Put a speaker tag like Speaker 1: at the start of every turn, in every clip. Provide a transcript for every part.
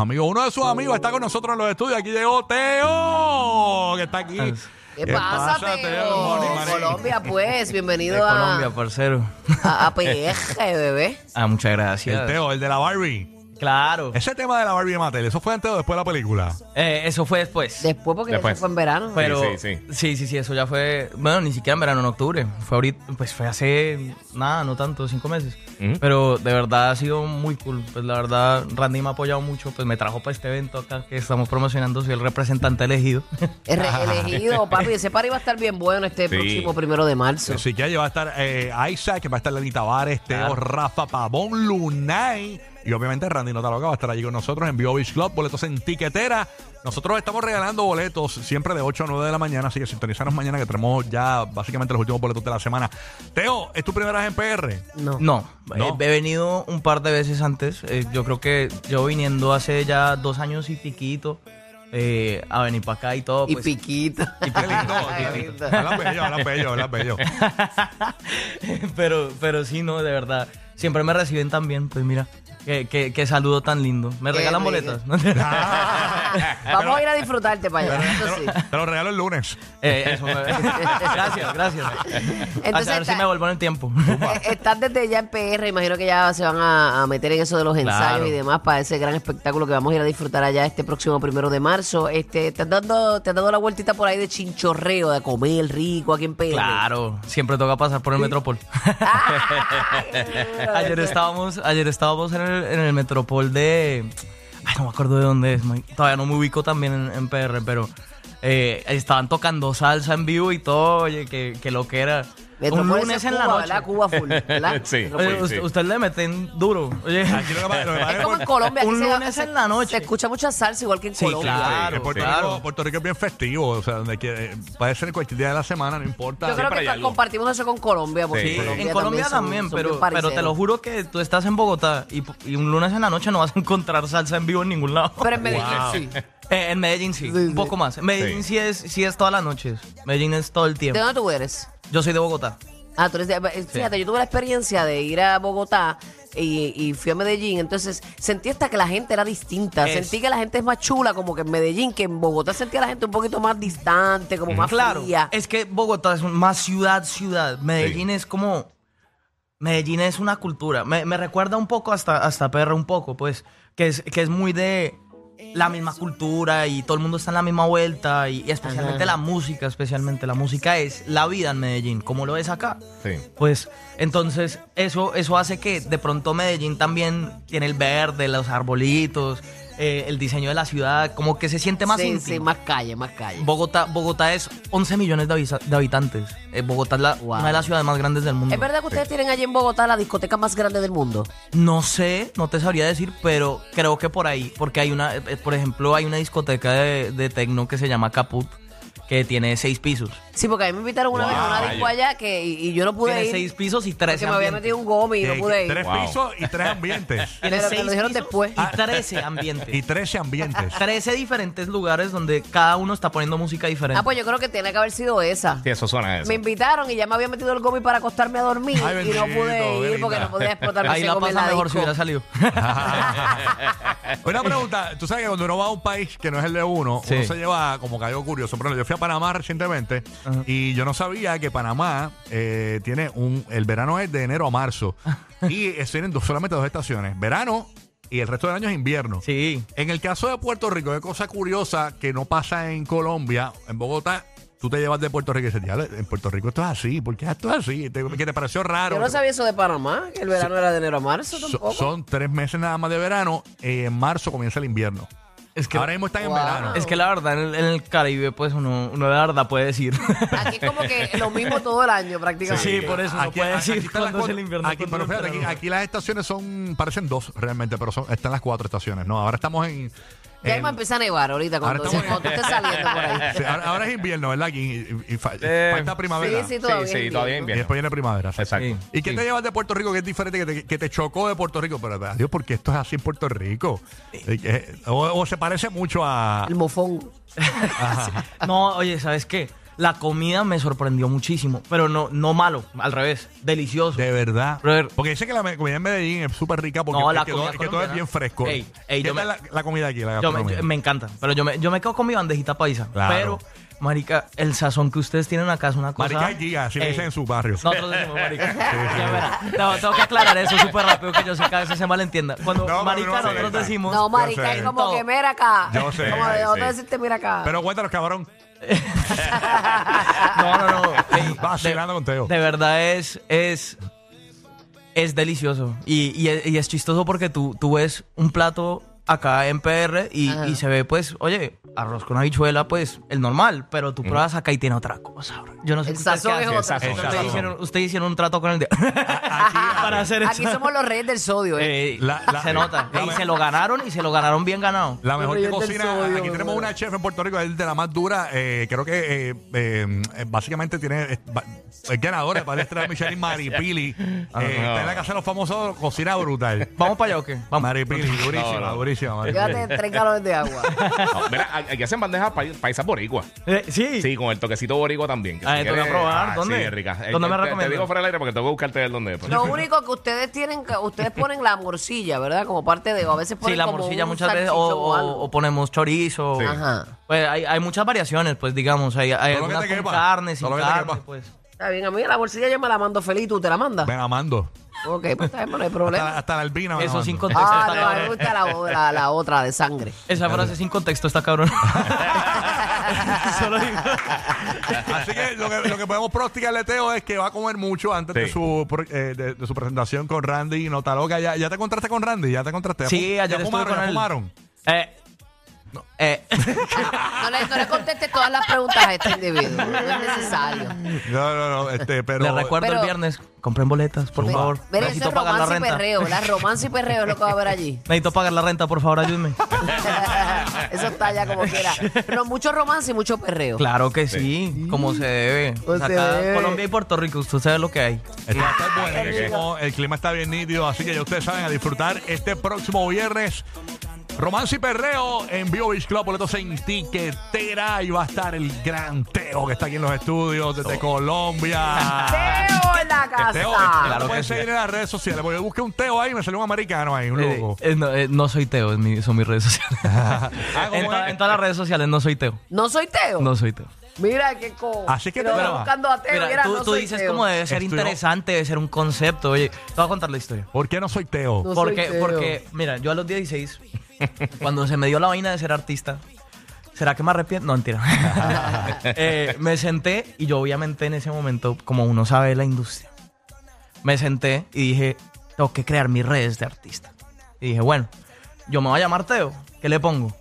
Speaker 1: Amigo, uno de sus amigos está con nosotros en los estudios. Aquí llegó Teo, que está aquí.
Speaker 2: ¿Qué, pasa,
Speaker 1: pasa, Teo?
Speaker 2: Teo?
Speaker 1: Moni, Moni.
Speaker 2: Colombia, pues, bienvenido
Speaker 3: de Colombia,
Speaker 2: a,
Speaker 3: parcero.
Speaker 2: a, a Peje, bebé.
Speaker 3: Ah, muchas gracias.
Speaker 1: El Teo, el de la Barbie.
Speaker 3: Claro.
Speaker 1: Ese tema de la Barbie de Mattel, ¿eso fue antes o después de la película?
Speaker 3: Eh, eso fue después.
Speaker 2: Después, porque
Speaker 4: Después.
Speaker 2: eso fue en verano.
Speaker 3: pero
Speaker 4: Sí,
Speaker 3: sí
Speaker 4: sí,
Speaker 3: sí,
Speaker 4: sí.
Speaker 3: sí, eso ya fue, bueno, ni siquiera en verano, en octubre. Fue ahorita, pues fue hace nada, no tanto, cinco meses.
Speaker 4: Ujú.
Speaker 3: Pero de verdad ha sido muy cool. Pues la verdad, Randy me ha apoyado mucho, pues me trajo para este evento acá que estamos promocionando, soy el representante elegido.
Speaker 2: Es reelegido, papi. Ese party va a estar bien bueno este
Speaker 4: Sí.
Speaker 2: próximo primero de marzo.
Speaker 1: Así que allí va a estar eh, Isaac, que va a estar Lenny Tavares, Teo,
Speaker 3: Claro.
Speaker 1: Rafa Pavón, Lunay. Y obviamente Randy Notaloca va a estar allí con nosotros en Bio Beach Club, boletos en tiquetera. Nosotros estamos regalando boletos siempre de 8 a 9 de la mañana, así que sintonizanos mañana que tenemos ya básicamente los últimos boletos de la semana. Teo, ¿es tu primera vez en PR?
Speaker 2: No.
Speaker 3: No,
Speaker 1: No.
Speaker 3: eh, he venido un par de veces antes. eh, yo creo que yo viniendo hace ya dos años y piquito eh, a venir para acá y todo.
Speaker 2: Y
Speaker 3: pues,
Speaker 2: piquito.
Speaker 3: y
Speaker 1: Qué lindo,
Speaker 2: Ay,
Speaker 1: qué lindo.
Speaker 2: lindo.
Speaker 1: Hablas bello, hablas bello, hablas bello.
Speaker 3: pero, pero sí, no, de verdad. Siempre me reciben tan bien, pues mira, qué, qué- qué saludo tan lindo. Me
Speaker 2: Qué
Speaker 3: regalan
Speaker 2: rico.
Speaker 3: boletas.
Speaker 2: Vamos a ir a disfrutarte para allá. Eso Ah, sí.
Speaker 1: Te lo regalo el lunes.
Speaker 3: Eh, eso me- gracias, gracias.
Speaker 2: Entonces
Speaker 3: a ver
Speaker 2: está-
Speaker 3: si me vuelvo en el tiempo.
Speaker 2: Eh, Están desde ya en PR, imagino que ya se van a, a meter en eso de los ensayos
Speaker 3: Claro.
Speaker 2: y demás para ese gran espectáculo que vamos a ir a disfrutar allá este próximo primero de marzo. Este, te has dando, te has dado la vueltita por ahí de chinchorreo, de comer rico aquí en PR.
Speaker 3: Claro, siempre toca pasar por el Metropol. ayer estábamos, ayer estábamos en el, en el Metropol de. Ay, no me acuerdo de dónde es. muy- Todavía no me ubico también en, en PR, pero eh, estaban tocando salsa en vivo y todo, oye, que, que lo que era. Un
Speaker 2: Metrópolis
Speaker 3: lunes
Speaker 2: es
Speaker 3: en la
Speaker 2: Cuba,
Speaker 3: noche.
Speaker 2: ¿verdad? Cuba full, ¿verdad?
Speaker 4: Sí.
Speaker 2: Metrópolis.
Speaker 3: Oye,
Speaker 4: Sí,
Speaker 3: us-
Speaker 4: sí.
Speaker 3: Usted le meten duro. Oye,
Speaker 1: Aquí lo que pasa- lo que pasa
Speaker 2: Es
Speaker 1: que
Speaker 2: como en Colombia. aquí
Speaker 3: Un
Speaker 2: se va-
Speaker 3: lunes
Speaker 2: se-
Speaker 3: en la noche.
Speaker 2: Se escucha mucha salsa igual que en
Speaker 3: Sí,
Speaker 2: Colombia.
Speaker 3: claro.
Speaker 1: en Puerto,
Speaker 3: claro.
Speaker 1: Rico, Puerto Rico es bien festivo, o sea, donde quiere- puede ser cualquier día de la semana, no importa.
Speaker 2: Yo creo
Speaker 4: para
Speaker 2: que
Speaker 4: allá,
Speaker 2: co-
Speaker 4: ¿no?
Speaker 2: compartimos eso con Colombia. Porque
Speaker 4: Sí.
Speaker 3: Sí, en
Speaker 2: también
Speaker 3: Colombia
Speaker 2: son-
Speaker 3: también,
Speaker 2: son
Speaker 3: pero,
Speaker 2: bien
Speaker 3: pero te lo
Speaker 2: parceros.
Speaker 3: juro que tú estás en Bogotá y, pu- y un lunes en la noche no vas a encontrar salsa en vivo en ningún lado.
Speaker 2: Pero en Medellín sí.
Speaker 3: Eh, en Medellín sí,
Speaker 2: Sí, sí.
Speaker 3: un poco más. En Medellín sí. es, sí es todas las noches. Medellín es todo el
Speaker 2: ¿De
Speaker 3: tiempo.
Speaker 2: dónde tú eres?
Speaker 3: Yo soy de Bogotá.
Speaker 2: Ah, tú eres de- eh, Fíjate, yo tuve la experiencia de ir a Bogotá y, y fui a Medellín, entonces sentí hasta que la gente era distinta.
Speaker 3: Es-
Speaker 2: Sentí que la gente es más chula como que en Medellín, que en Bogotá sentí a la gente un poquito más distante, como más
Speaker 3: Mm. Claro,
Speaker 2: fría.
Speaker 3: es que Bogotá es un- más ciudad, ciudad. Medellín es como... Medellín es una cultura. Me, me recuerda un poco hasta, hasta PR un poco, pues, que es, que es muy de la misma cultura y todo el mundo está en la misma vuelta y, y especialmente la música, especialmente la música es la vida en Medellín, como lo es acá.
Speaker 4: Sí.
Speaker 3: Pues entonces eso, eso hace que de pronto Medellín también tiene el verde, los arbolitos, eh, el diseño de la ciudad, como que se siente más
Speaker 2: sí,
Speaker 3: íntimo.
Speaker 2: sí, más calle, más calle.
Speaker 3: Bogotá, Bogotá es 11 millones de, habisa- de habitantes. Eh, Bogotá es la-
Speaker 2: Wow.
Speaker 3: una de las ciudades más grandes del mundo.
Speaker 2: ¿Es verdad que ustedes tienen allí en Bogotá la discoteca más grande del mundo?
Speaker 3: No sé, no te sabría decir, pero creo que por ahí, porque hay una, eh, eh, por ejemplo, hay una discoteca de, de tecno que se llama Caput, que tiene seis pisos.
Speaker 2: Sí, porque a mí me invitaron una
Speaker 4: Wow.
Speaker 2: vez a una disco allá que, y, y yo no pude
Speaker 3: tiene
Speaker 2: ir.
Speaker 3: seis pisos y
Speaker 2: porque
Speaker 3: trece
Speaker 2: me había
Speaker 3: ambientes.
Speaker 2: metido un gomi y no
Speaker 1: Eh,
Speaker 2: pude ir.
Speaker 1: Tres
Speaker 4: Wow.
Speaker 1: pisos y tres ambientes.
Speaker 3: Tiene
Speaker 2: Pero me lo
Speaker 3: seis
Speaker 2: dijeron
Speaker 3: pisos Ah,
Speaker 2: después. Ah.
Speaker 3: Y 13 ambientes.
Speaker 1: y 13 ambientes.
Speaker 3: 13 diferentes lugares donde cada uno está poniendo música diferente.
Speaker 2: Ah, pues yo creo que tiene que haber sido esa.
Speaker 4: Sí, eso suena a eso.
Speaker 2: Me invitaron y ya me había metido el gomi para acostarme a dormir
Speaker 1: Ay,
Speaker 2: y no
Speaker 1: bendito,
Speaker 2: pude
Speaker 1: qué
Speaker 2: ir porque
Speaker 1: linda.
Speaker 2: no podía explotarme
Speaker 3: Ahí
Speaker 2: ese
Speaker 3: la
Speaker 2: gomi en
Speaker 3: pasa
Speaker 2: disco.
Speaker 3: mejor si hubiera salido.
Speaker 1: Una pregunta, tú sabes que cuando uno va a un país que no es el de uno,
Speaker 3: Sí.
Speaker 1: uno se lleva como que algo curioso. Por ejemplo, yo fui a Panamá recientemente y yo no sabía que Panamá eh, tiene un. El verano es de enero a marzo y eh, tienen dos- solamente dos estaciones: verano y el resto del año es invierno.
Speaker 3: Sí.
Speaker 1: En el caso de Puerto Rico, hay cosa curiosa que no pasa en Colombia, en Bogotá. Tú te llevas de Puerto Rico y dices, "Ya, en Puerto Rico esto es así, ¿por qué esto es así? Te- Que te pareció raro.
Speaker 2: Yo no sabía eso de Panamá, que el verano era de enero a marzo
Speaker 1: So-
Speaker 2: tampoco.
Speaker 1: son tres meses nada más de verano. eh, en marzo comienza el invierno.
Speaker 3: Es que,
Speaker 1: Ahora mismo están en
Speaker 2: Wow.
Speaker 1: verano.
Speaker 3: es que la verdad, en el, en el Caribe, pues uno, uno la verdad puede decir.
Speaker 2: Aquí es como que lo mismo todo el año prácticamente.
Speaker 3: Sí, por eso no puede decir
Speaker 1: están las
Speaker 3: cuándo es
Speaker 1: cuatro-
Speaker 3: el invierno,
Speaker 1: Aquí, pero
Speaker 3: cuándo es el
Speaker 1: fíjate, aquí,
Speaker 3: verano.
Speaker 1: aquí las estaciones son, parecen dos realmente, pero son, están las cuatro estaciones. No, ahora estamos en,
Speaker 2: Ya
Speaker 1: El-
Speaker 2: iba a empezar a nevar ahorita cuando,
Speaker 1: eh, estamos-
Speaker 2: cuando tú estés saliendo por ahí.
Speaker 1: Sí, ahora, ahora es invierno, ¿verdad? Aquí y- y- y fa-
Speaker 4: Eh,
Speaker 1: falta primavera.
Speaker 2: Sí, sí, todavía
Speaker 4: sí,
Speaker 2: es
Speaker 4: todavía es
Speaker 1: Y
Speaker 4: invierno.
Speaker 1: después viene primavera. sí.
Speaker 4: Exacto.
Speaker 3: Sí.
Speaker 1: ¿Y qué te llevas de Puerto Rico que es diferente, que te, que te chocó de Puerto Rico? Pero adiós, porque esto es así en Puerto Rico. Eh, eh, O, o se parece mucho a...
Speaker 2: El mofón.
Speaker 3: No, oye, ¿sabes qué? La comida me sorprendió muchísimo, pero no, no malo, al revés, delicioso.
Speaker 1: De verdad.
Speaker 3: Brother.
Speaker 1: Porque dice que la me- comida en Medellín es súper rica porque
Speaker 3: No, la
Speaker 1: es que, todo,
Speaker 3: comida
Speaker 1: es que todo es
Speaker 3: colombiana.
Speaker 1: bien fresco.
Speaker 3: Ey, ey,
Speaker 1: ¿Qué
Speaker 3: yo
Speaker 1: tal
Speaker 3: me-
Speaker 1: la, la comida aquí? La
Speaker 3: Yo me,
Speaker 1: gastronomía?
Speaker 3: me encanta, pero yo me, yo me quedo con mi bandejita paisa.
Speaker 1: Claro.
Speaker 3: Pero, marica, el sazón que ustedes tienen acá es una cosa...
Speaker 1: Marica y giga, así le
Speaker 3: Ey.
Speaker 1: dicen en sus barrios.
Speaker 3: Nosotros decimos marica. Ya, verá. No, tengo que aclarar eso súper rápido que yo sé que a veces se malentienda. Cuando
Speaker 1: No, pero
Speaker 3: marica
Speaker 1: no, sí,
Speaker 3: nosotros
Speaker 1: sí.
Speaker 3: decimos...
Speaker 2: No, marica,
Speaker 1: sé.
Speaker 2: es como
Speaker 3: No.
Speaker 2: que mira acá.
Speaker 1: Yo sé,
Speaker 2: Como
Speaker 4: sí.
Speaker 2: de dónde decirte mira acá.
Speaker 1: Pero cuéntanos, cabrón.
Speaker 3: No, no, no. Ey,
Speaker 1: Vacilando con Teo.
Speaker 3: De verdad es, es, es delicioso. Y, y es- y es chistoso porque tú, tú ves un plato acá en PR y,
Speaker 2: Ajá.
Speaker 3: y se ve, pues, oye, arroz con habichuela, pues, el normal. Pero tú pruebas acá y tiene otra cosa, bro. Yo no sé
Speaker 2: El
Speaker 3: qué ustedes
Speaker 2: sazón
Speaker 3: qué
Speaker 2: es
Speaker 3: hacen.
Speaker 2: otra
Speaker 4: El
Speaker 3: Ustedes
Speaker 4: sazón.
Speaker 3: hicieron, ustedes hicieron un trato con el de... para hacer
Speaker 2: Aquí
Speaker 3: eso.
Speaker 2: somos los reyes del sodio, ¿eh?
Speaker 3: Ey,
Speaker 1: La- la-
Speaker 3: se nota.
Speaker 1: la-
Speaker 3: y se lo ganaron y se lo ganaron bien ganado.
Speaker 1: La mejor
Speaker 2: Pero
Speaker 1: que
Speaker 2: yo del
Speaker 1: cocina.
Speaker 2: sodio,
Speaker 1: aquí
Speaker 2: me
Speaker 1: tenemos
Speaker 2: muero.
Speaker 1: una chef en Puerto Rico, es de la más dura. eh, creo que eh, eh, básicamente tiene eh, ba- es ganadora para el estrella Michelin Maripili. Eh,
Speaker 3: Ah,
Speaker 1: Está en la casa de los famosos, cocina brutal.
Speaker 3: ¿Vamos para allá o qué? Vamos.
Speaker 1: Maripili, durísima,
Speaker 4: No, no.
Speaker 1: durísima. Maripili.
Speaker 2: Llévate tres galones de agua.
Speaker 4: No, mira, aquí hacen bandejas pa- paisas boricua.
Speaker 3: Eh, sí.
Speaker 4: Sí, con el toquecito boricua también. que
Speaker 3: Ah,
Speaker 4: si
Speaker 3: tengo que
Speaker 4: quieres-
Speaker 3: probar.
Speaker 4: Ah,
Speaker 3: ¿Dónde?
Speaker 4: Sí, es rica. Eh,
Speaker 3: ¿Dónde me
Speaker 4: te- te-
Speaker 3: recomiendas?
Speaker 4: Te digo fuera del aire porque tengo que buscarte el dónde. pues. después.
Speaker 2: Lo único que ustedes tienen, que ustedes ponen la morcilla, ¿verdad? Como parte de, o a veces
Speaker 3: Sí,
Speaker 2: ponen
Speaker 3: la
Speaker 2: como
Speaker 3: morcilla
Speaker 2: un
Speaker 3: muchas veces, o,
Speaker 2: salchichón o
Speaker 3: o-
Speaker 2: algo.
Speaker 3: o ponemos chorizo.
Speaker 4: Sí.
Speaker 2: Ajá.
Speaker 3: Pues hay, hay muchas variaciones, pues digamos, hay, hay
Speaker 1: Todo lo que
Speaker 3: algunas
Speaker 1: te
Speaker 3: con
Speaker 1: quepa.
Speaker 3: carne, sin
Speaker 1: Todo lo que te
Speaker 3: carne,
Speaker 1: quepa.
Speaker 3: pues.
Speaker 2: Está bien, a mí la morcilla yo me la mando feliz, tú te la mandas.
Speaker 1: Ven, Amando.
Speaker 2: Ok, pues está bien, no
Speaker 1: Hasta,
Speaker 2: hay
Speaker 1: la-
Speaker 2: problema.
Speaker 1: hasta la albina. ven,
Speaker 3: Eso
Speaker 1: Amando.
Speaker 3: sin contexto
Speaker 2: Ah,
Speaker 3: está
Speaker 2: no, a mí me
Speaker 3: cabrón.
Speaker 2: gusta la, la, la otra de sangre.
Speaker 3: Esa frase sin contexto está cabrón. Solo digo.
Speaker 1: Así que lo, que lo que podemos prosticarle, Teo, es que va a comer mucho antes de,
Speaker 4: Sí.
Speaker 1: su, pro- eh, de, de su presentación con Randy. Nota loca. ¿Ya, ya te contraste con Randy? ¿Ya te contraste? ¿Ya
Speaker 3: Sí,
Speaker 1: fu-
Speaker 3: ayer
Speaker 1: ya
Speaker 3: estuve
Speaker 1: fumaron,
Speaker 3: con
Speaker 1: ya
Speaker 3: él.
Speaker 1: fumaron.
Speaker 3: Eh. Eh.
Speaker 2: No le, no le contestes todas las preguntas a este individuo, no es necesario.
Speaker 1: No, no, no. Este, pero,
Speaker 3: Les recuerdo
Speaker 2: pero-
Speaker 3: el viernes, compren boletas, por favor.
Speaker 2: Mira, eso es romance y perreo, ¿verdad? Romance y perreo es lo que va a haber allí.
Speaker 3: Necesito pagar la renta, por favor, ayúdenme.
Speaker 2: Eso está ya como quiera. Pero mucho romance y mucho perreo.
Speaker 3: Claro que sí, como se debe.
Speaker 2: Como
Speaker 3: O sea,
Speaker 2: se
Speaker 3: acá
Speaker 2: debe.
Speaker 3: Colombia y Puerto Rico, usted sabe lo que hay.
Speaker 1: Esto va a estar buenísimo, el clima está bien nítido, así que ya ustedes saben a disfrutar este próximo viernes. Romance y Perreo en Bio Beach Club, boletos en tiquetera y va a estar el gran Teo que está aquí en los estudios desde Colombia.
Speaker 2: Teo en la casa.
Speaker 1: Teo, claro pueden seguir en las redes sociales, porque yo busqué un Teo ahí y me salió un americano ahí, un
Speaker 3: Eh,
Speaker 1: loco.
Speaker 3: eh, no, eh, no soy Teo, es mi- son mis redes sociales.
Speaker 1: Ah, ¿cómo
Speaker 3: en, to-
Speaker 1: es?
Speaker 3: en todas las redes sociales no soy Teo.
Speaker 2: No soy Teo.
Speaker 3: No soy Teo.
Speaker 2: Mira qué co.
Speaker 1: Así que
Speaker 2: Pero
Speaker 1: te
Speaker 2: está
Speaker 1: va.
Speaker 2: buscando a Teo.
Speaker 3: Mira,
Speaker 2: mira,
Speaker 3: tú,
Speaker 2: no
Speaker 3: tú
Speaker 2: soy
Speaker 3: dices
Speaker 2: Teo.
Speaker 3: cómo debe ser
Speaker 1: Estudió-
Speaker 3: interesante, debe ser un concepto. Oye, te voy a contar la historia.
Speaker 1: ¿Por qué no soy Teo?
Speaker 2: No soy
Speaker 3: porque,
Speaker 2: Teo.
Speaker 3: porque, mira, yo a los 16, cuando se me dio la vaina de ser artista, ¿será que me arrepiento? No, mentira. Eh, me senté y yo obviamente en ese momento, como uno sabe de la industria, me senté y dije, tengo que crear mis redes de artista. Y dije, bueno, yo me voy a llamar Teo, ¿qué le pongo?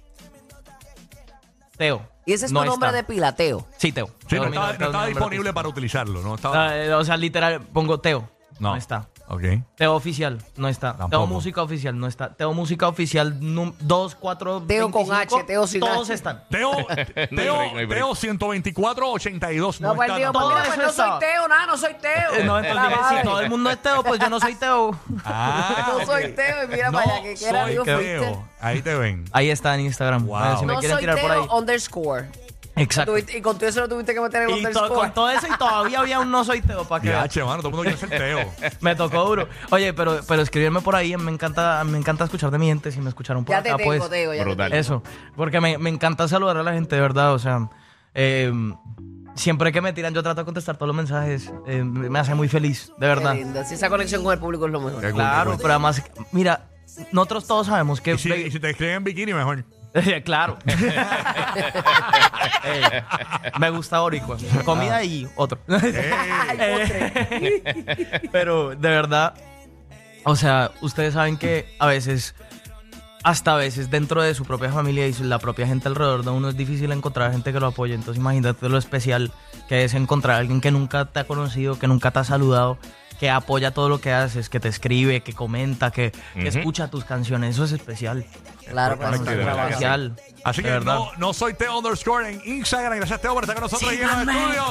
Speaker 3: Teo.
Speaker 2: Y ese es
Speaker 3: No
Speaker 2: tu nombre
Speaker 3: está.
Speaker 2: de pila, Teo.
Speaker 3: Sí, Teo.
Speaker 1: Sí,
Speaker 3: Teo,
Speaker 1: no
Speaker 3: mi
Speaker 1: estaba,
Speaker 3: nombre,
Speaker 1: no estaba
Speaker 3: mi nombre
Speaker 1: disponible
Speaker 3: artístico.
Speaker 1: para utilizarlo, no estaba.
Speaker 3: Ah, eh, O sea, literal, pongo Teo. No, está.
Speaker 1: Ok.
Speaker 3: Teo oficial, no está.
Speaker 1: Tampoco.
Speaker 3: Teo música oficial, no está. Teo música oficial 2, 4,
Speaker 2: Teo con H, Teo sin
Speaker 3: Todos
Speaker 2: H.
Speaker 3: están.
Speaker 1: Teo, Teo,
Speaker 4: break, no hay break.
Speaker 1: Teo 124-82.
Speaker 2: No, pues,
Speaker 1: está
Speaker 2: tío, pues,
Speaker 1: tampoco.
Speaker 2: mira, pues,
Speaker 3: eso
Speaker 2: no soy
Speaker 3: estaba.
Speaker 2: Teo, nada, no soy Teo.
Speaker 3: Eh, No, entonces
Speaker 2: La
Speaker 3: dije,
Speaker 2: madre.
Speaker 3: si todo el mundo es Teo, pues yo no soy Teo.
Speaker 1: Ah,
Speaker 2: No soy Teo y mira
Speaker 1: No
Speaker 2: para allá que quiera
Speaker 1: soy
Speaker 2: digo fuiste.
Speaker 1: Teo. Ahí te ven.
Speaker 3: Ahí está en Instagram.
Speaker 1: Wow.
Speaker 3: A ver si me
Speaker 2: No
Speaker 3: quieren
Speaker 2: soy
Speaker 3: tirar por ahí.
Speaker 2: Teo underscore.
Speaker 3: Exacto.
Speaker 2: Tuviste- Y con todo eso lo tuviste que meter en
Speaker 3: Y to-
Speaker 2: underscore.
Speaker 3: con todo eso y todavía había un no soy Teo para que
Speaker 1: Ya, che, mano, todo el mundo quiere ser Teo.
Speaker 3: me tocó duro. Oye, pero, pero escribirme por ahí, me encanta, me encanta escuchar de mi gente si me escucharon por
Speaker 2: Ya te
Speaker 3: acá,
Speaker 2: tengo,
Speaker 3: pues.
Speaker 2: Teo. Ya te
Speaker 4: Brutal.
Speaker 2: tengo.
Speaker 3: Eso, porque me, me encanta saludar a la gente, de verdad. O sea, eh, siempre que me tiran, yo trato de contestar todos los mensajes. eh, me hace muy feliz, de
Speaker 2: Qué
Speaker 3: verdad.
Speaker 2: linda. Si esa conexión con el público es lo mejor.
Speaker 1: Qué cool,
Speaker 3: Claro,
Speaker 1: qué cool.
Speaker 3: pero además, mira, nosotros todos sabemos que. Eh,
Speaker 1: Y si, y si te escriben en bikini, mejor.
Speaker 3: claro. Ey, me gusta Boricua. Comida y otro.
Speaker 1: Eh.
Speaker 3: Pero de verdad, o sea, ustedes saben que a veces, hasta a veces dentro de su propia familia y la propia gente alrededor de uno es difícil encontrar gente que lo apoye. Entonces imagínate lo especial que es encontrar a alguien que nunca te ha conocido, que nunca te ha saludado que apoya todo lo que haces, que te escribe, que comenta, que, que
Speaker 4: Ujú.
Speaker 3: escucha tus canciones. Eso es especial.
Speaker 2: Claro, claro.
Speaker 4: Correcto, de verdad que sí.
Speaker 3: Especial.
Speaker 1: Así
Speaker 3: De
Speaker 1: que
Speaker 3: verdad.
Speaker 1: no, no soy Teo underscore en Instagram. Gracias, Teo, por estar con nosotros aquí en el
Speaker 2: Síganme.
Speaker 1: estudio.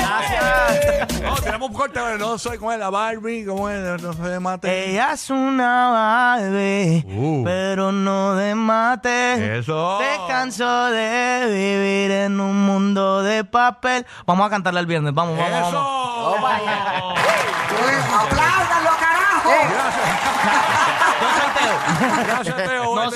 Speaker 1: Gracias. No, tenemos un corte, pero no soy con la Barbie, como es, no se mate.
Speaker 3: Ella es una baby,
Speaker 1: Uh.
Speaker 3: pero no de mate.
Speaker 1: Eso.
Speaker 3: Te canso de vivir en un mundo de papel. Vamos a cantarla el viernes, vamos, vamos,
Speaker 1: Eso.
Speaker 3: vamos.
Speaker 5: ¡Apláudalo, carajo!
Speaker 1: Gracias,
Speaker 3: No soy Teo.
Speaker 1: gracias, Teo.
Speaker 3: No